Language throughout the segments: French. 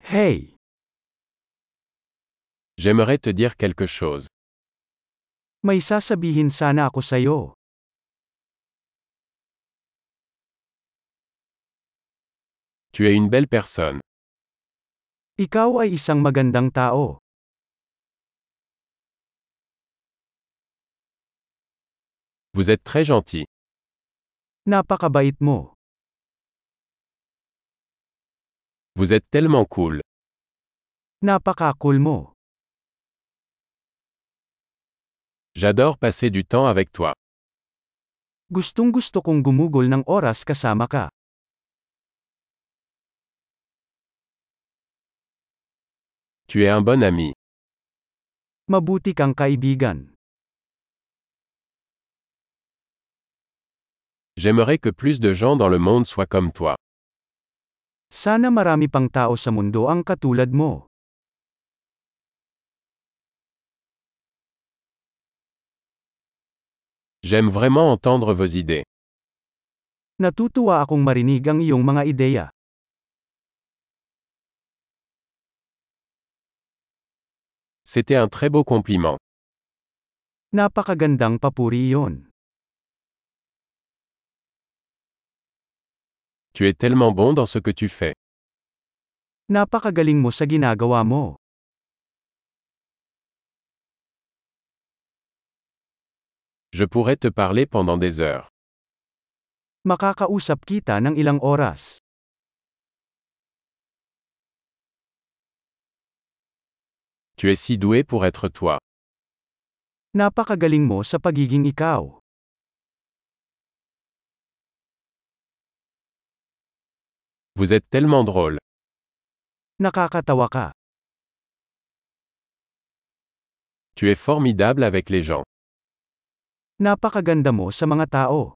Hey, J'aimerais te dire quelque chose. may sasabihin sana ako sa'yo. Tu es une belle personne. Ikaw ay isang magandang tao. Vous êtes très gentil. Napakabait mo. Vous êtes tellement cool. Napaka-cool mo. J'adore passer du temps avec toi. Gustong gusto kong gumugol ng oras kasama ka. Tu es un bon ami. Mabuti kang kaibigan. J'aimerais que plus de gens dans le monde soient comme toi. Sana marami pang tao sa mundo ang katulad mo. J'aime vraiment entendre vos idées. Natutuwa akong marinig ang iyong mga ideya. C'était un très beau compliment. Napakagandang papuri iyon. Tu es tellement bon dans ce que tu fais. Napakagaling mo sa ginagawa mo. Je pourrais te parler pendant des heures. Makakausap kita ng ilang oras. Tu es si doué pour être toi. Napakagaling mo sa pagiging ikaw. Vous êtes tellement drôle. Nakakatawa ka. Tu es formidable avec les gens. Napakaganda mo sa mga tao.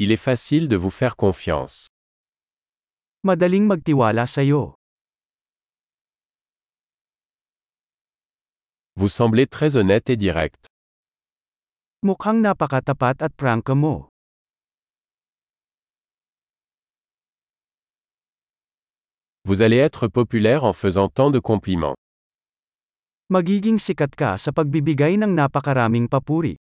Il est facile de vous faire confiance. Madaling magtiwala sa iyo. Vous semblez très honnête et direct. Mukhang napakatapat at prangka mo. Vous allez être populaire en faisant tant de compliments. Magiging sikat ka sa pagbibigay ng napakaraming papuri.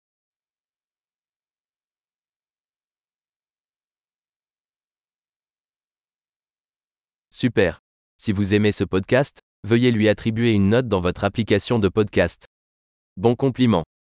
Super. Si vous aimez ce podcast, veuillez lui attribuer une note dans votre application de podcast. Bon compliment.